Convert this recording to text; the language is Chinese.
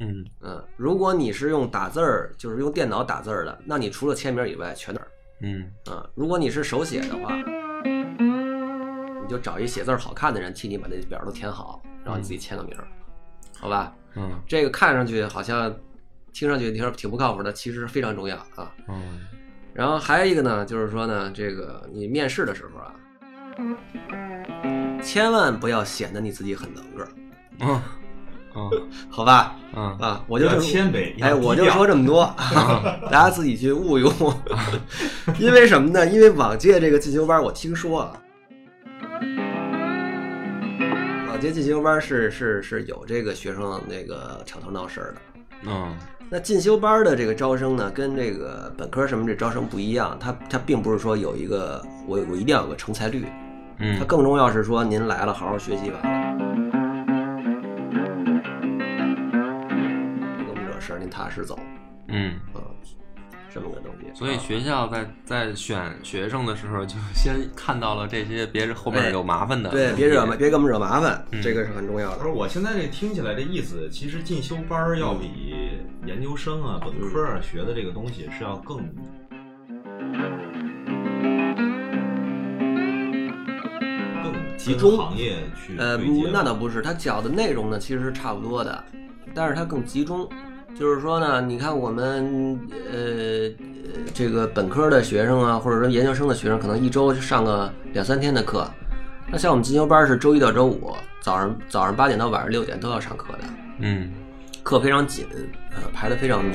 嗯，嗯，如果你是用打字儿，就是用电脑打字儿的，那你除了签名以外全字儿。嗯，啊，如果你是手写的话，你就找一写字儿好看的人替你把那表都填好，然后你自己签个名儿，好吧？嗯，这个看上去好像，听上去你说挺不靠谱的，其实非常重要啊。嗯，然后还有一个呢，就是说呢，这个你面试的时候啊，千万不要显得你自己很能个儿，嗯，嗯，好吧？嗯，啊，我就要这么谦卑，哎，要我低就调说这么多， 大家自己去悟一悟。因为什么呢？因为往届这个进修班，我听说啊，往届进修班是是是有这个学生那个挑头闹事儿的。嗯，那进修班的这个招生呢，跟这个本科什么这招生不一样，它它并不是说有一个我我一定要有个成才率，它嗯，更重要是说您来了，好好学习吧。给我们惹事儿，您踏实走。嗯，嗯，这么个东西。所以啊学校在在选学生的时候，就先看到了这些，别后面有麻烦的，对，别惹麻，别给我们惹麻烦，啊嗯这个是很重要不的是，。啊我现在这听起来这意思，其实进修班儿要比研究生啊、本科嗯啊学的这个东西是要更更集中跟行业去呃，对接那倒不是，它讲的内容呢其实是差不多的，但是它更集中。就是说呢，你看我们呃呃这个本科的学生啊，或者说研究生的学生，可能一周就上个两三天的课。那像我们进修班是周一到周五，早上早上八点到晚上六点都要上课的，嗯课非常紧，呃，排的非常密。